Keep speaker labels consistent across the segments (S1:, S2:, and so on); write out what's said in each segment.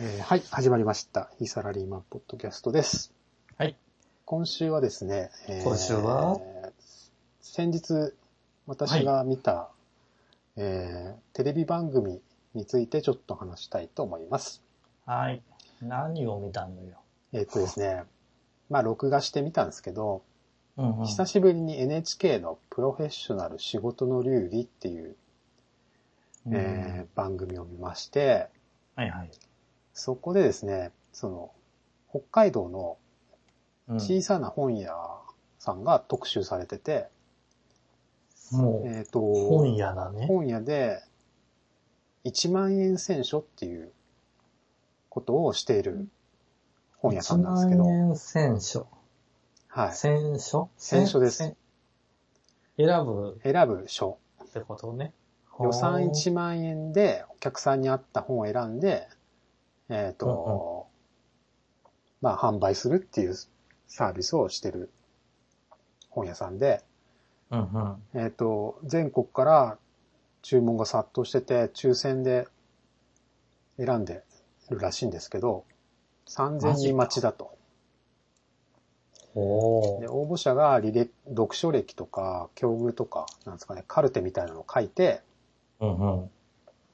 S1: えーはい、始まりました。非サラリーマンポッドキャストです。
S2: はい。
S1: 今週はですね、え
S2: 今週は
S1: 先日、私が見た、えーテレビ番組についてちょっと話したいと思います。
S2: はい。何を見たのよ。
S1: えーっとですね、まあ、録画してみたんですけど、
S2: うん、うん。
S1: 久しぶりに NHK のプロフェッショナル仕事の流儀っていう、
S2: うん
S1: えー番組を見まして、
S2: はいはい。
S1: そこでですね、その、北海道の
S2: うん
S1: 小さな本屋さんが特集されてて、
S2: もう、
S1: えっ、と、
S2: 本屋だね。
S1: 本屋で1万円選書っていうことをしている本屋さんなんですけ
S2: 1
S1: ど、
S2: 万円選書。
S1: はい。
S2: 選書
S1: 選書です。
S2: 選選ぶ
S1: 選ぶ書。
S2: ってことね。
S1: 予算1万円でお客さんに合った本を選んで、えっ、と、まあ販売するっていうサービスをしてる本屋さんで、
S2: ほう。うんうん。
S1: えっ、と、全国から注文が殺到してて、抽選で選んでるらしいんですけど、3000
S2: マジ
S1: 人
S2: か
S1: 待ちだと。
S2: お
S1: で、
S2: ー。
S1: 応募者が履歴、読書歴とか、境遇とか、なんですかね、カルテみたいなのを書いて、
S2: うんうん。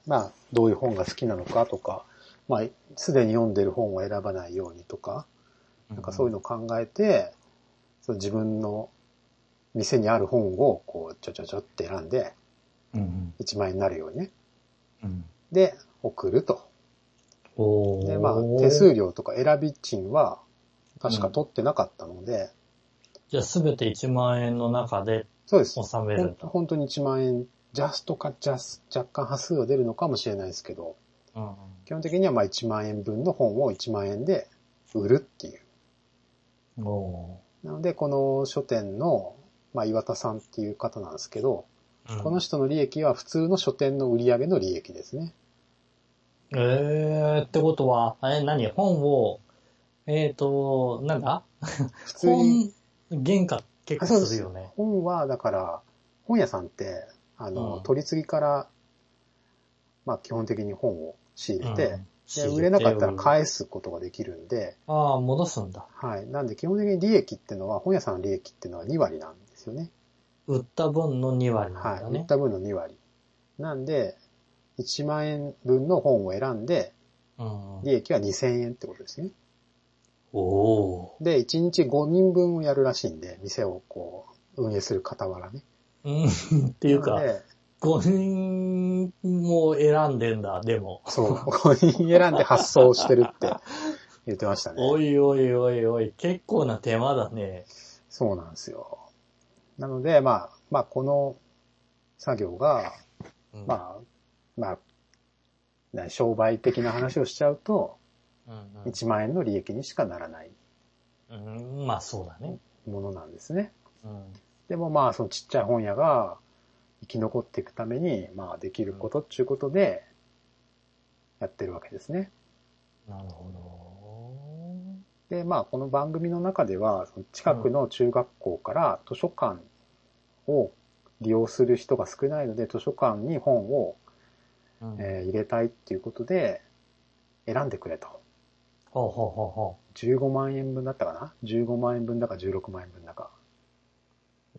S1: まあ、どういう本が好きなのかとか、まあ、すでに読んでる本を選ばないようにとか、なんかそういう
S2: の。
S1: のを考えて、その自分の店にある本を、こう、ちょちょちょって選んで、
S2: うんうん
S1: 1万円になるようにね。
S2: うん。
S1: で、送ると。
S2: おー。
S1: で、まあ、手数料とか選び賃は、確か取ってなかったので、
S2: じゃあすべて1万円の中で
S1: そうです。
S2: 収め
S1: ほ
S2: る
S1: ん
S2: と。
S1: 本当に1万円、ジャストかジャス、若干端数が出るのかもしれないですけど、
S2: うんうん。
S1: 基本的にはまあ1万円分の本を1万円で売るっていう。
S2: お
S1: なので、この書店の、まあ、岩田さんっていう方なんですけど、
S2: ー。
S1: この
S2: 人。
S1: 人の利益は普通の書店の売り上げの利益ですね。
S2: えー、ってことは、え、何本を、えーと、なんだ
S1: 普通に、
S2: 本、原価結構するよね。
S1: 本は、だから、本屋さんって、あの、
S2: うん
S1: 取り次ぎから、まあ、基本的に本を仕入れて、
S2: う
S1: で
S2: ん
S1: 売れなかったら
S2: え。
S1: 返すことができるんで、
S2: ああ、戻すんだ。
S1: はい。なんで基本的に利益ってのは、本屋さんの利益ってのは2割なんですよね。
S2: 売った分の2割なん
S1: は
S2: だ
S1: い。売っ
S2: ね。
S1: た分の2割。なんで、1万円分の本を選んで、
S2: うん。
S1: 利益は2000円ってことですね。
S2: おお
S1: で、1日5人分をやるらしいんで、店をこう、運営する傍らね。
S2: ー。うん、っていう
S1: な
S2: か
S1: ん、で
S2: 5人も選んでんだ、でも。
S1: そう、5人 選んで発送してるって言ってましたね。
S2: おいおいおいおい、結構な手間だね。
S1: そうなんですよ。なので、まあ、まあ、この作業が、
S2: あ、
S1: まあ、まあ、な商売的な話をしちゃうと、
S2: うんうん
S1: 1万円の利益にしかならない
S2: うん、まあそうだね。
S1: ものなんですね。
S2: うん。
S1: でもまあ、そのちっちゃい本屋が生き残っていくために、まあ、できることっていうことで、やってるわけですね。
S2: なるほ
S1: で、まあ、この番組の中では、その近くの中学校から図書館を利用する人が少ないので、図書館に本を、
S2: ど。うん
S1: えー入れたいっていうことで、選んでくれと。
S2: ほうほうほうほ
S1: 15万円分だったかな ?15 万円分だか16万円分だか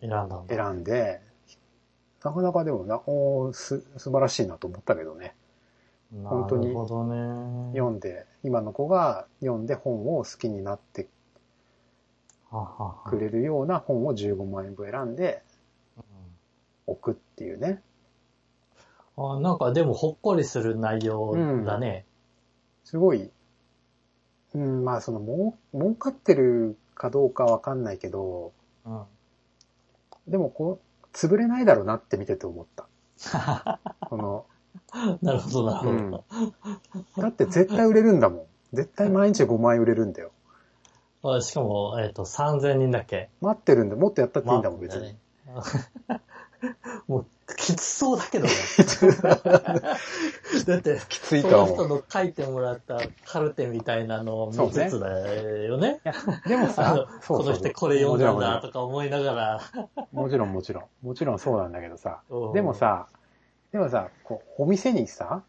S2: う。選んだんだ。
S1: 選んで、なかなかでもな、おーす、素晴らしいなと思ったけどね。本当に
S2: なるほどね。
S1: 読んで、今の子が読んで本を好きになって
S2: ははは
S1: くれるような本を15万円分選んで
S2: うん
S1: 置くっていうね。
S2: あなんかでもほっこりする内容だね。
S1: すごい、うん、まあその、もう、儲かってるかどうかわかんないけど、
S2: うん。
S1: でもこう、潰れないだろうなって見てて思った。 この、
S2: なるほど、なるほど。
S1: うんだって絶対売れるんだもん。絶対毎日5万円売れるんだよ。
S2: あしかも、えっ、と、3000人だっけ
S1: 待ってるんで、もっとやったっていいんだもん、
S2: まあ
S1: 別に。
S2: もう、きつそうだ けどね。だって、
S1: きつい
S2: そ
S1: とは
S2: の
S1: 思
S2: 人
S1: う。
S2: の書いてもらったカルテみたいなのを見つつだよね。
S1: でも
S2: あ
S1: さ
S2: の、この人これ読んだんだとか思いながら。
S1: もちろんもちろん。もちろんそうなんだけどさ。
S2: うん
S1: でも、さ、でもさ、こう、お店にさ、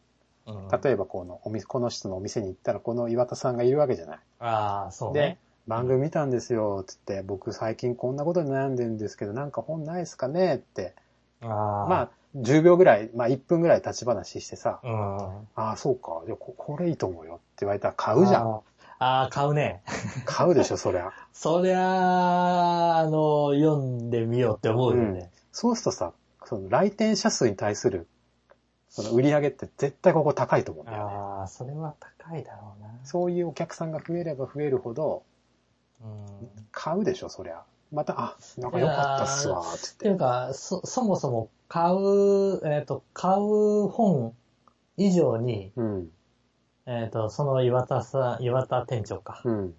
S2: うん
S1: 例えばこのお店、この人のお店に行ったらこの岩田さんがいるわけじゃない。
S2: ああ、そう
S1: で
S2: ね。、
S1: 番組見たんですよ、つって、僕最近こんなことに悩んでるんですけど、なんか本ないですかねって、
S2: あ
S1: まあ、10秒ぐらい、まあ1分ぐらい立ち話してさ、
S2: あ、うん。
S1: ああ、そうか、じゃあここれいいと思うよって言われたら買うじゃん。
S2: ああ。ああ、買うね。
S1: 買うでしょ、そりゃ。
S2: そりゃあ、あの、読んでみようって思うよね。
S1: そうするとさ、その来店者数に対する、その売り上げって絶対ここ高いと思うんだよね。
S2: ああ、それは高いだろうな。
S1: そういうお客さんが増えれば増えるほど、
S2: うん。
S1: 買うでしょ、そりゃ。また、あ、なんか良かったっすわ、つっ
S2: ってい
S1: て。
S2: うか、そ、そもそも買う、えっ、と、買う本以上に、
S1: うん、
S2: えっ、と、その岩田さん、岩田店長か。
S1: うん、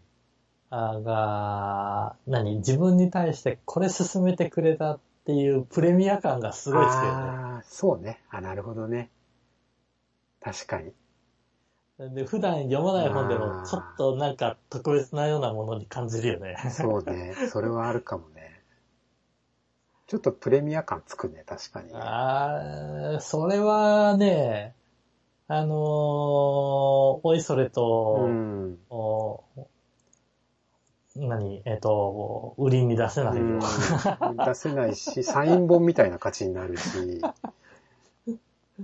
S2: あーが、何自分に対してこれ進めてくれたっていうプレミア感がすごいつくよ
S1: あーそうね。あ、なるほどね。確かに。
S2: ね。で、普段読まない本でも
S1: あー
S2: ちょっとなんか特別なようなものに感じるよ ね。
S1: そう ね。それはあるかもね。ちょっとプレミア感つくね、確かに。
S2: あーそれはね、あのー、おいそれと、
S1: うん。
S2: お何えっ、と、売りに出せないよ。
S1: うん出せないし、サイン本みたいな価値になるし。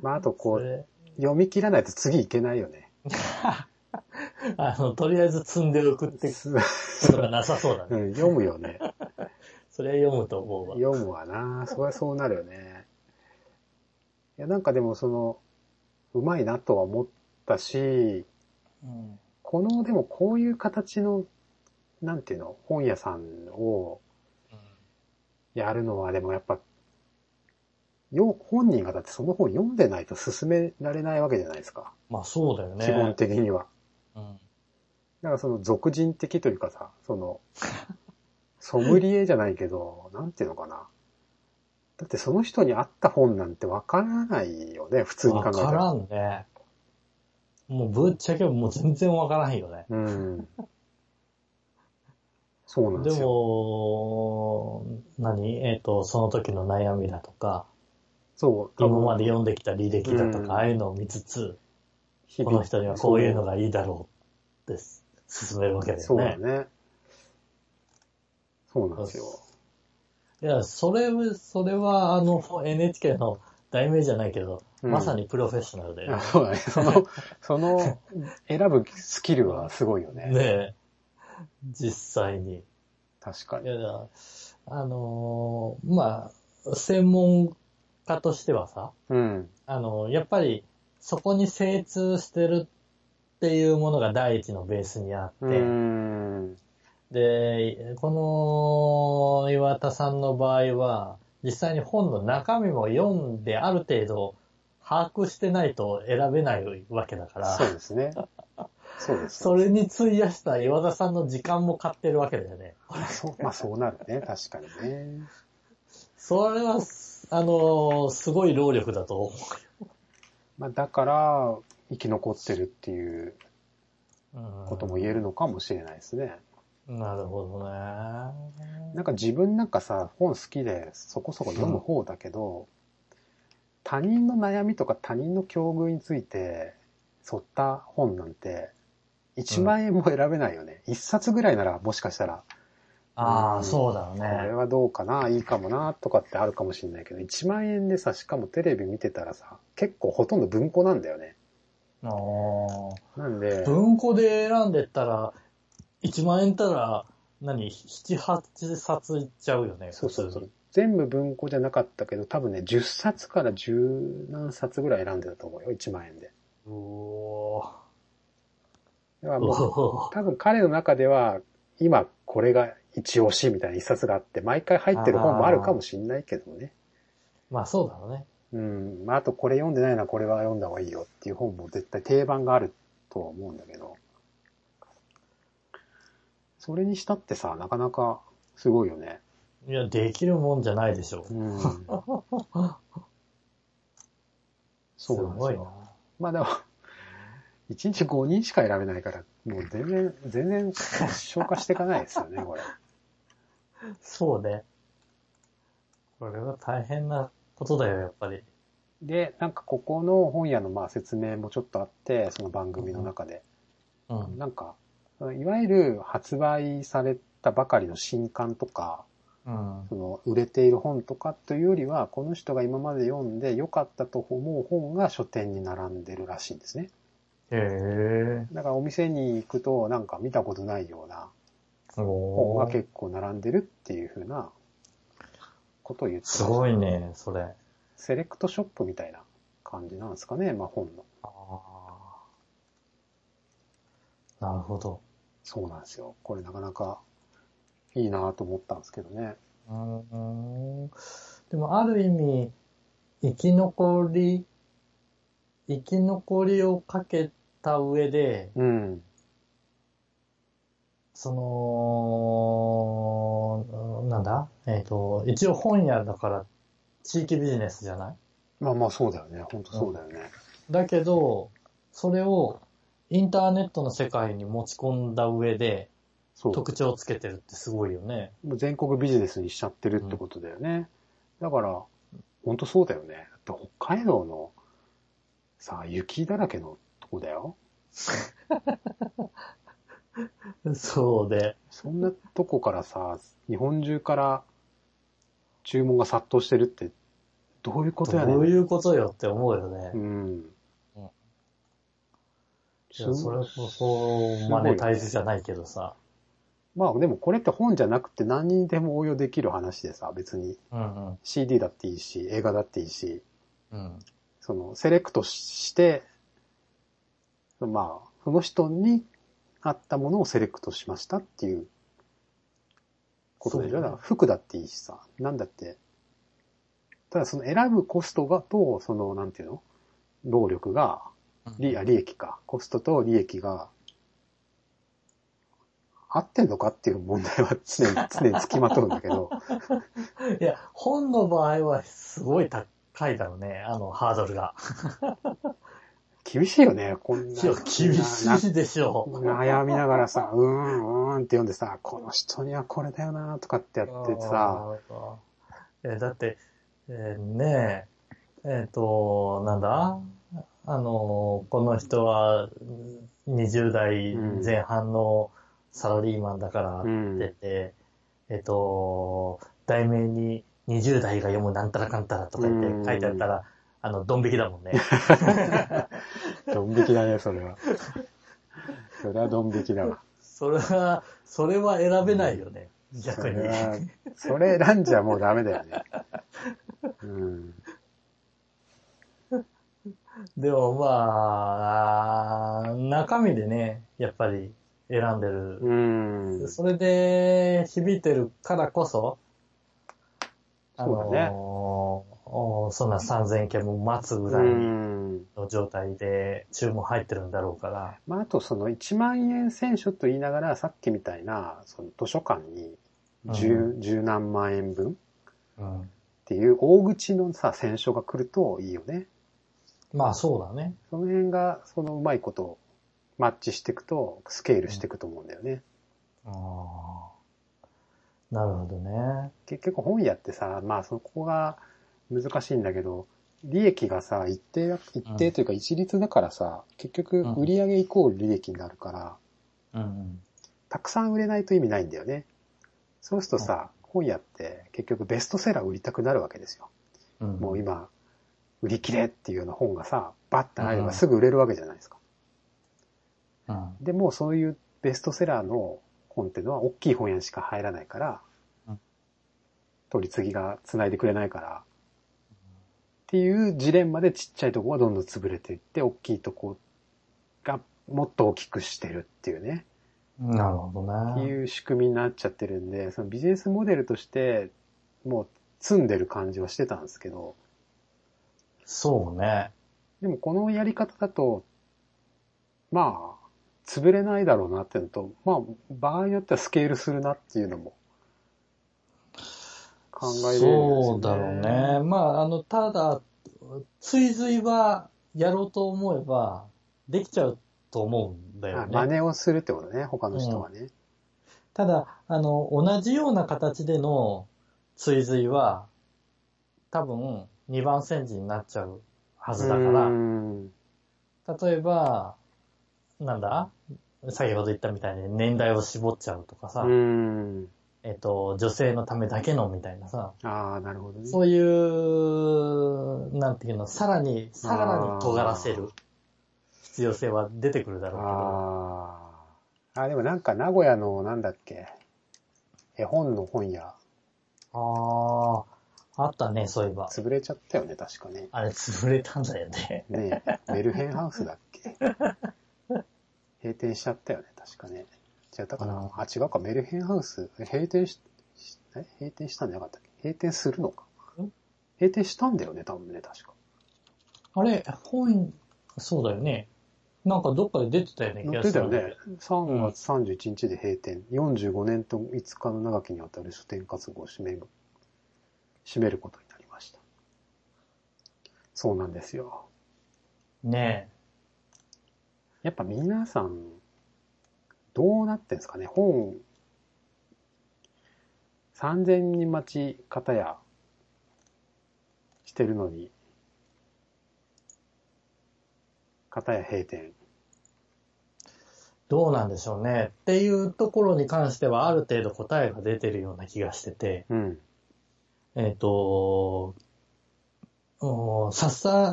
S1: まあ、あとこう、
S2: で
S1: 読み切らないと次いけないよね。
S2: あの、とりあえず積んでおくって
S1: す
S2: ことがなさそうだ
S1: う
S2: ね。
S1: ん、読むよね。
S2: それは読むと思うわ。
S1: 読むわな。そりゃそうなるよね。いや、なんかでもその、うまいなとは思ったし、
S2: うん
S1: この、でもこういう形の、なんていうの、本屋さんをやるのは、でもやっぱ、よ、本人がだってその本読んでないと進められないわけじゃないですか。
S2: まあそうだよね。
S1: 基本的には。
S2: うん
S1: だからその俗人的というかさ、その、ソムリエじゃないけど、なんていうのかな。だってその人に合った本なんてわからないよね、普通に考
S2: わ
S1: えた。
S2: かららんね。もうぶっちゃけもう全然わからんよね。
S1: うん。そうなんで
S2: です
S1: よ。
S2: も、何えっ、と、その時の悩みだとか、
S1: そう。
S2: 今まで読んできた履歴だと
S1: うん
S2: か、ああいうのを見つつ、
S1: 日
S2: こ
S1: 々
S2: の人にはこういうのがいいだろうって進めるわけだ
S1: そ
S2: よ
S1: うだ
S2: ね。
S1: ね。そうなんですよ。
S2: いや、それ、それはあの NHK の題名じゃないけど、
S1: うん
S2: まさにプロフェッショナルだよ
S1: あそうだね。そ の、その、選ぶスキルはすごいよね。
S2: ね。ねえ実際に。
S1: 確か
S2: い
S1: に。
S2: や、あのーまあ、専門家としてはさ、
S1: うん。
S2: あのやっぱりそこに精通してるっていうものが第一のベースにあって、
S1: うーん。
S2: で、この岩田さんの場合は、実際に本の中身も読んである程度把握してないと選べないわけだから
S1: そう、ですね。そう です。
S2: それに費やした岩田さんの時間も買ってるわけだよね。
S1: そう、まあそうなるね、確かにね。
S2: それは、あの、すごい労力だと思
S1: まあだから、生き残ってるっていう
S2: う。
S1: ことも言えるのかもしれないですね。
S2: なるほどね。
S1: なんか自分なんかさ、本好きでそこそこ読む方だけど、他人の悩みとか他人の境遇について沿った本なんて、1万円も選べないよね。1冊ぐらいならもしかしたら、
S2: ああ、そうだ
S1: これ
S2: よね。
S1: はどうかな、いいかもな、とかってあるかもしれないけど、1万円でさ、しかもテレビ見てたらさ、結構ほとんど文庫なんだよね。
S2: おー
S1: なんで、
S2: 文庫で選んでったら、1万円たら、何、7、8冊いっちゃうよね。
S1: そうそう
S2: 普通
S1: そ
S2: に
S1: う。。全部文庫じゃなかったけど、多分ね、10冊から10何冊ぐらい選んでたと思うよ、1万円で。
S2: うおー
S1: だから
S2: お
S1: もう、
S2: ー
S1: 多分彼の中では、今これが一押しみたいな一冊があって、毎回入ってる本もあるかもしんないけどね。
S2: まあそうだろうね。
S1: うん。まあ、あとこれ読んでないな、これは読んだ方がいいよっていう本も絶対定番があるとは思うんだけど。それにしたってさ、なかなかすごいよね。
S2: いや、できるもんじゃないでしょう。
S1: うん。
S2: す
S1: そうなんです
S2: ごい
S1: よ
S2: な。。
S1: まあでも、1日5人しか選べないから、もう全然、全然消化していかないですよね、これ。
S2: そうね。これは大変なことだよ、やっぱり。
S1: で、なんかここの本屋のまあ説明もちょっとあって、その番組の中で。
S2: うん。
S1: なんか、いわゆる発売されたばかりの新刊とか、
S2: うん。
S1: その売れている本とかというよりは、この人が今まで読んで良かったと思う本が書店に並んでるらしいんですね。
S2: へえ。
S1: だからお店に行くとなんか見たことないような
S2: す
S1: 本
S2: ご
S1: が
S2: い。
S1: 結構並んでるっていうふうなことを言ってます
S2: ごい。ね、それ。
S1: セレクトショップみたいな感じなんですかね、まあ本の。
S2: あーなるほど。
S1: そうなんですよ。これなかなかいいなと思ったんですけどね。
S2: うーん。でも、ある意味、生き残り、生き残りをかけた上で、
S1: うん。
S2: その、なんだえっ、と、一応本屋だから、地域ビジネスじゃない
S1: まあまあそうだよね。本当そうだよね。
S2: だけど、それをインターネットの世界に持ち込んだ上で
S1: そう。
S2: 特徴をつけてるってすごいよね。
S1: もう全国ビジネスにしちゃってるってことだよね。だから、本当そうだよね。だって北海道の、さ、雪だらけのとこだよ。
S2: そうで。
S1: そんなとこからさ、日本中から注文が殺到してるって、どういうことやねん。
S2: どういうことよって思うよね。
S1: うん。
S2: いやそれこそ、マネタイズじゃないけどさ。
S1: まあでもこれって本じゃなくて何にでも応用できる話でさ、別に
S2: うんうん。
S1: CD だっていいし、映画だっていいし、
S2: うん。
S1: そのセレクトして、まあ、その人に合ったものをセレクトしましたっていうことでし
S2: そ
S1: ょ。
S2: う
S1: だ
S2: だね
S1: から服だっていいしさ、なんだって。ただその選ぶコストがと、その、なんていうの労力が、利あ利益か。コストと利益が、合ってんのかっていう問題は常に、常につきまとうんだけど。
S2: いや、本の場合はすごい高いだろうね。あの、ハードルが。
S1: 厳しいよね、こん
S2: い
S1: な。
S2: や、厳しいでしょ。
S1: 悩みながらさ、うーん、うーんって読んでさ、この人にはこれだよなとかってやっててさ、
S2: えーだって、えーねえ、えっ、と、なんだあの、この人はうん20代前半のサラリーマンだから
S1: う
S2: っ
S1: ん。
S2: てて、えっ、と、題名に20代が読むなんたらかんたらとか言って書いてあったら、あの、ドン引き だもんね。
S1: ドン引きだね、それは。それはドン引きだわ。
S2: それは、それは選べないよね。
S1: そ
S2: 逆に。
S1: れは、それ選んじゃもうダメだよね。 うん。
S2: でもまああー、中身でね、やっぱり選んでる。
S1: うん。
S2: それで響いてるからこそ、あのー
S1: そうだね
S2: おそんな3000件も待つぐ
S1: う
S2: らい
S1: ん。
S2: の状態で注文入ってるんだろうから。
S1: まあ、あとその1万円選手と言いながら、さっきみたいな、その図書館に十、十何万円分っ
S2: うん
S1: ていう大口のさ、選書が来るといいよね。
S2: まあそうだね。
S1: その辺が、そのうまいこと、マッチしていくと、スケールしていくと思うんだよね。
S2: あーなるほどね。
S1: 結局本屋ってさ、まあそこが難しいんだけど、利益がさ、一定だ、一定というか一律だからさ、結局
S2: うん
S1: 売り上げイコール利益になるから、
S2: うん
S1: たくさん売れないと意味ないんだよね。そうするとさ、本屋って結局ベストセラー売りたくなるわけですよ。
S2: うん。
S1: もう
S2: い
S1: 今、売り切れっていうような本がさ、バッて入れ
S2: う
S1: ば
S2: ん
S1: すぐ売れるわけじゃないですか。
S2: うん
S1: でもそういうベストセラーの本っていうのは大きい本屋にしか入らないから
S2: うん、
S1: 取り次ぎが繋いでくれないから、っていうジレンマでちっちゃいとこはどんどん潰れていって、大きいとこがもっと大きくしてるっていうね、
S2: なるほど
S1: って
S2: ね。
S1: いう仕組みになっちゃってるんで、そのビジネスモデルとしてもう積んでる感じはしてたんですけど、
S2: そうね。
S1: でもこのやり方だと、まあ、潰れないだろうなっていうのと、まあ、場合によってはスケールするなっていうのも、考えれるんですよ
S2: そうだろうね。まあ、あの、ただ、追随はやろうと思えば、できちゃうと思うんだよ
S1: あ
S2: ね。
S1: 真似をするってことね、他の人はね。
S2: ただ、あの、同じような形での追随は、多分、二番煎じになっちゃうはずだか
S1: う
S2: ら、
S1: ん
S2: 例えば、なんだ先ほど言ったみたいに年代を絞っちゃうとかさ、
S1: うん。
S2: えっと、女性のためだけのみたいなさ、
S1: ああ、なるほどね。
S2: そういう、なんていうの、さらに、さらに尖らせる必要性は出てくるだろうけど、
S1: ああ。あー、でもなんか名古屋のなんだっけ、絵本の本屋、
S2: ああ、あったね、そういえば。
S1: 潰れちゃったよね、確かね。
S2: あれ、潰れたんだよね。
S1: ねえ、メルヘンハウスだっけ閉店しちゃったよね、確かね。違ったかなあ、違うか、メルヘンハウス、閉店し、しえ閉店したんじゃなかったっけ閉店するのか
S2: ん。
S1: 閉店したんだよね、多分ね、確か。
S2: あれ、本、そうだよね。なんかどっかで出てたよね、
S1: 載ってたよ
S2: 気
S1: ね
S2: がする。
S1: 3月31日で閉店。45年と5日の長きにわたる書店活動を締める、締めることになりました。そうなんですよ。
S2: ね
S1: やっぱ皆さん、どうなってんですかね本、3000人待ち方や、してるのに、方や閉店。
S2: え。どうなんでしょうね。っていうところに関しては、ある程度答えが出てるような気がしてて、
S1: うん。
S2: えっ、と、うん支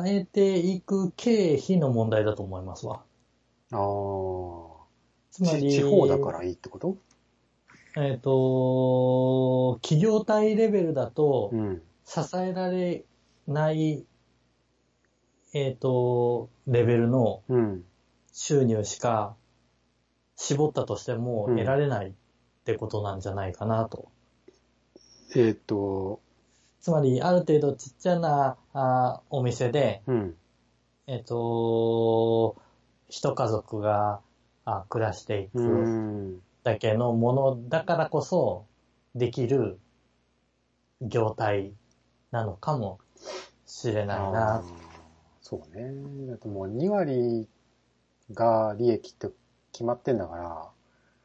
S2: えていく経費の問題だと思いますわ。
S1: ああ。
S2: つまり、
S1: ち地方だからいいってこと
S2: えっ、と、企業体レベルだと
S1: う、ん。
S2: 支えられない、えっ、と、レベルの
S1: うん。
S2: 収入しか絞ったとしても
S1: うん
S2: 得られないってことなんじゃないかなと。
S1: えーっと、
S2: つまり、ある程度ちっちゃなあお店で、
S1: うん。
S2: えっ、と、一家族があ暮らしていく
S1: ん。
S2: だけのものだからこそできる業態なのかもしれない
S1: あ
S2: な
S1: ー。そうね。だってもう2割が利益って決まってんだから、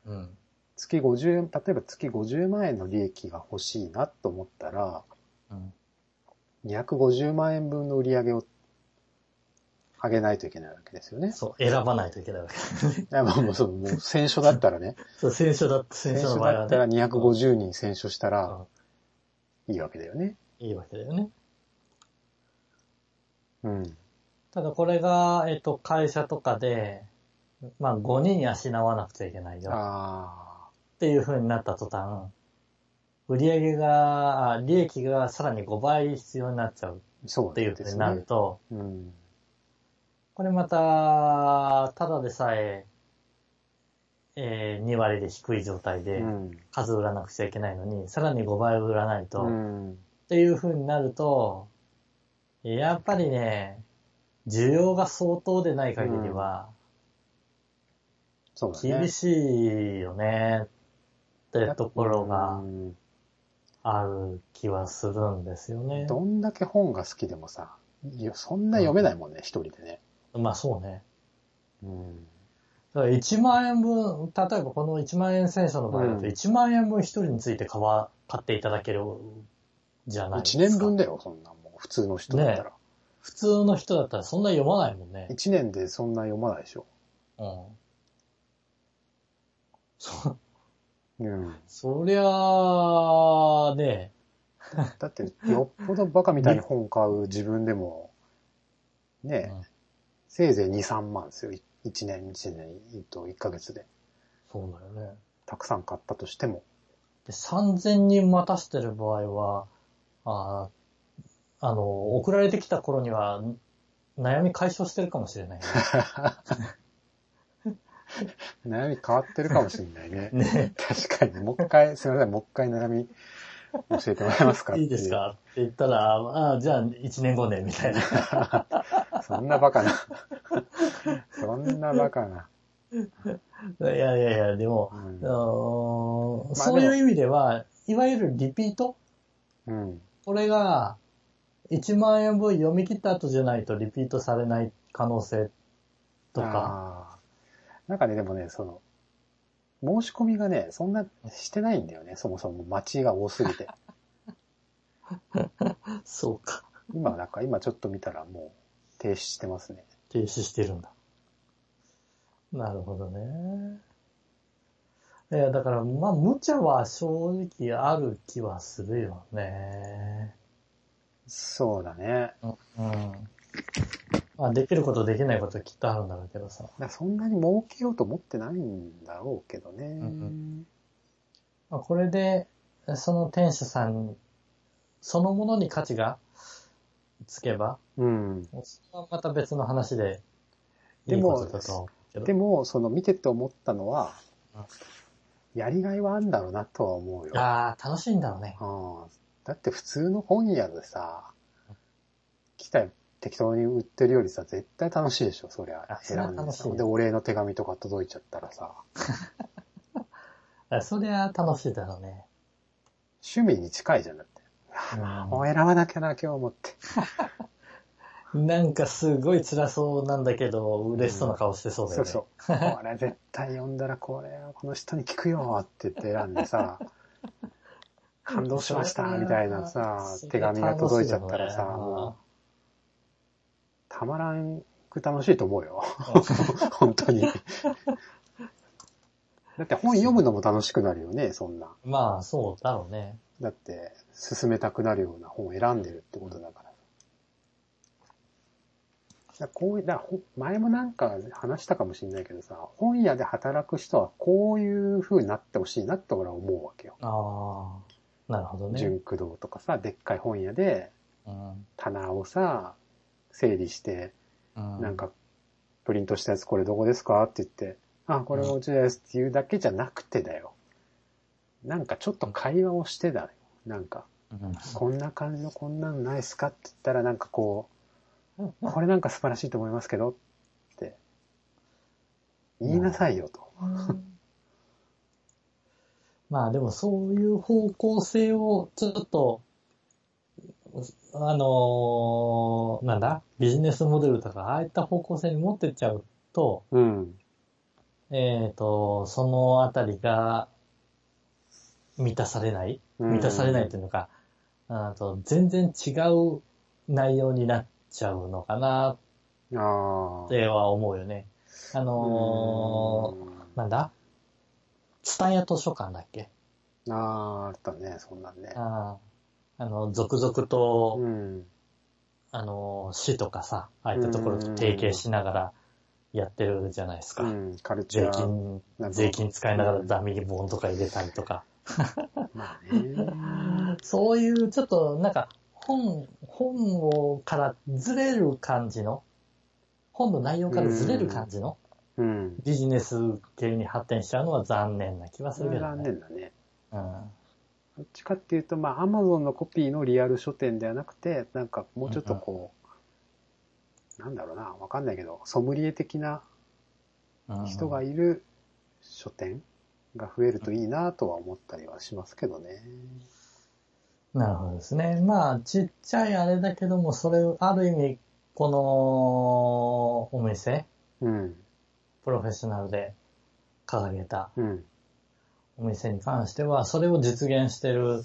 S2: うん。
S1: 月50円、例えば月50万円の利益が欲しいなと思ったら、
S2: うん
S1: 250万円分の売り上げを上げないといけないわけですよね。
S2: そう、選ばないといけないわ け。
S1: いやまあもうそう、もう選書だったらね、
S2: そう、選書だった、選
S1: 選
S2: 書の
S1: 書
S2: 場合
S1: だ
S2: は
S1: ったら
S2: ね、
S1: 250人選書したらいいわけだよね。
S2: いいわけだよね。
S1: うん。
S2: ただこれが、えっ、と、会社とかで、まあ5人養わなくちゃいけないよ。
S1: あ
S2: っていう風になった途端、売り上げが、あ利益がさらに5倍必要になっちゃう
S1: あ、そう
S2: っていう風になると、
S1: うん。
S2: これまた、ただでさえ、えー2割で低い状態
S1: う
S2: で
S1: ん。
S2: 数売らなくちゃいけないのに、さらに5倍売らないと、
S1: う
S2: っ
S1: ん。
S2: ていう風になると、やっぱりね、需要が相当でない限りは、
S1: そうだね。
S2: 厳しいよね、ってところが
S1: うん
S2: ある気はするんですよね。
S1: どんだけ本が好きでもさ、いやそんな読めないもんね、一、人でね。
S2: まあそうね。
S1: うん。
S2: だから1万円分、例えばこの1万円選手の場合だ
S1: うん
S2: と1万円分1人について買わ買っていただけるじゃないで
S1: 一
S2: すか。
S1: 年分だよ、そんなもう、普通の人だったら。
S2: 普通の人だったらそんな読まないもんね。
S1: 一年でそんな読まないでしょ。
S2: うん。そ、
S1: うん。
S2: そりゃあ、ね、
S1: だって、よっぽどバカみたいに本買う自分でも、
S2: う
S1: ねえ、
S2: ん
S1: せいぜい2、3万ですよ。い一年、一年、と1ヶ月で。
S2: そうだよね。
S1: たくさん買ったとしても。
S2: で、3000人待たしてる場合は、あーあの、送られてきた頃には、悩み解消してるかもしれない
S1: 悩み変わってるかもしれないね。
S2: ね。ね
S1: 確かに。もう一回、すいません、もう一回悩み教えてもらえますか
S2: いいですかって言ったら、ああ、じゃあ1年後ね、み たいな。
S1: そんなバカな。そんなバカな。
S2: いやいやいや、でも
S1: う、
S2: うんーん
S1: あ
S2: そういう意味では、いわゆるリピート
S1: うん。
S2: これが、1万円分読み切った後じゃないとリピートされない可能性とか、
S1: あー。なんかね、でもね、その、申し込みがね、そんなしてないんだよね、そもそも街が多す ぎて。
S2: そうか。
S1: 今、なんか今ちょっと見たらもう、停止してますね。
S2: 停止してるんだ。なるほどね。いや、だから、まあ、無茶は正直ある気はするよね。
S1: そうだね。
S2: うん。まあ、できることできないこときっとあるんだろうけどさ。
S1: だからそんなに儲けようと思ってないんだろうけどね。
S2: んうまあ、これで、その店主さんそのものに価値がつけば、
S1: うん。
S2: それはまた別の話で、い
S1: で
S2: い
S1: も
S2: ことだと思うけど。
S1: でも、その見てて思ったのは
S2: あ、
S1: やりがいはあるんだろうなとは思うよ。
S2: ああ、楽しいんだろうね。
S1: うんだって普通の本屋でさ、来た適当に売ってるよりさ、絶対楽しいでしょ、そりゃ
S2: あ。そ
S1: 選
S2: れは
S1: んで
S2: 楽しい
S1: さ。で、お礼の手紙とか届いちゃったらさ、
S2: あそりゃ楽しいだろうね。
S1: 趣味に近いじゃんだって。もう選ばなきゃな、今日もって。
S2: うんなんかすごい辛そうなんだけど、嬉しそうな顔してそうだ
S1: そ
S2: よ
S1: う
S2: ね。
S1: そう。こ れ絶対読んだら、これはこの人に聞くよって言って選んで さ、感動しました、みたいなさ
S2: そ、れ
S1: 手
S2: は
S1: 紙が届いちゃったらさ、
S2: 楽しいだろうね
S1: もう、たまらんく楽しいと思うよ。 本当に。だって本読むのも楽しくなるよね、そんな。
S2: まあ、そうだろうね。
S1: だって、進めたくなるような本を選んでるってことだから。だからこういう、だからほ前もなんか話したかもしれないけどさ、本屋で働く人はこういう風になってほしいなって俺は思うわけよ。
S2: ああ、なるほどね。
S1: 純駆動とかさ、でっかい本屋で
S2: うん。
S1: 棚をさ、整理して、
S2: な
S1: なん、か、プリントしたやつこれどこですかって言って、あ、これもうちですっていうだけじゃなくてだよ。なんかちょっと会話をしてだよ。なんか、
S2: うん
S1: こんな感じのこんなのないっすかって言ったらなんかこう、これなんか素晴らしいと思いますけどって、言いなさいよと。
S2: まあでもそういう方向性をちょっと、あのーなんだ、ビジネスモデルとか、ああいった方向性に持ってっちゃうと、
S1: うん。
S2: えっ、と、そのあたりが満たされない
S1: うん
S2: 満たされないというのか、あと全然違う内容になっちゃうのかな
S1: ああ。
S2: っては思うよね。あのーなんだツタヤ図書館だっけ
S1: うんああ、あったね、そんなんね。
S2: あああの、続々と、
S1: うん。
S2: あの、市とかさ、ああいったところと提携しながらやってるじゃないですか。
S1: うん、カルチ
S2: 税
S1: ャー。
S2: 金、
S1: なんか
S2: 税金使いながらダミーボンとか入れたりとか。
S1: まあね。
S2: そういうちょっとなんか本、本をからずれる感じの、本の内容からずれる感じの
S1: うん。
S2: ビジネス系に発展しちゃうのは残念な気はす
S1: そ
S2: る
S1: れ
S2: け
S1: は
S2: ど
S1: 残
S2: ね。
S1: 念だね。
S2: うん
S1: どっちかっていうと、まあ、アマゾンのコピーのリアル書店ではなくて、なんかもうちょっとこう、なんだろうな、わかんないけど、ソムリエ的な
S2: うん
S1: 人がいる書店が増えるといいなとは思ったりはしますけどね。
S2: なるほどですね。まあ、ちっちゃいあれだけども、それ、ある意味、この、お店、
S1: うん。
S2: プロフェッショナルで掲げた
S1: うん。
S2: お店に関しては、それを実現してる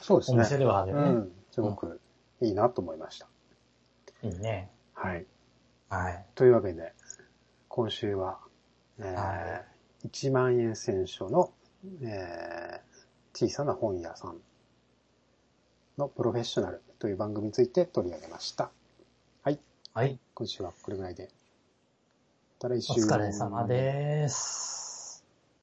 S1: そうです
S2: お店
S1: ね。
S2: ではある
S1: う
S2: よね。
S1: ん。すごくいいなと思いました。
S2: いいね。
S1: はい。
S2: はい。
S1: というわけで、今週は、えー
S2: は
S1: 1万円選書の、えー小さな本屋さんのプロフェッショナルという番組について取り上げました。
S2: はい。
S1: 今週はこれぐらいで。また来
S2: お
S1: 週。
S2: 疲れ様です。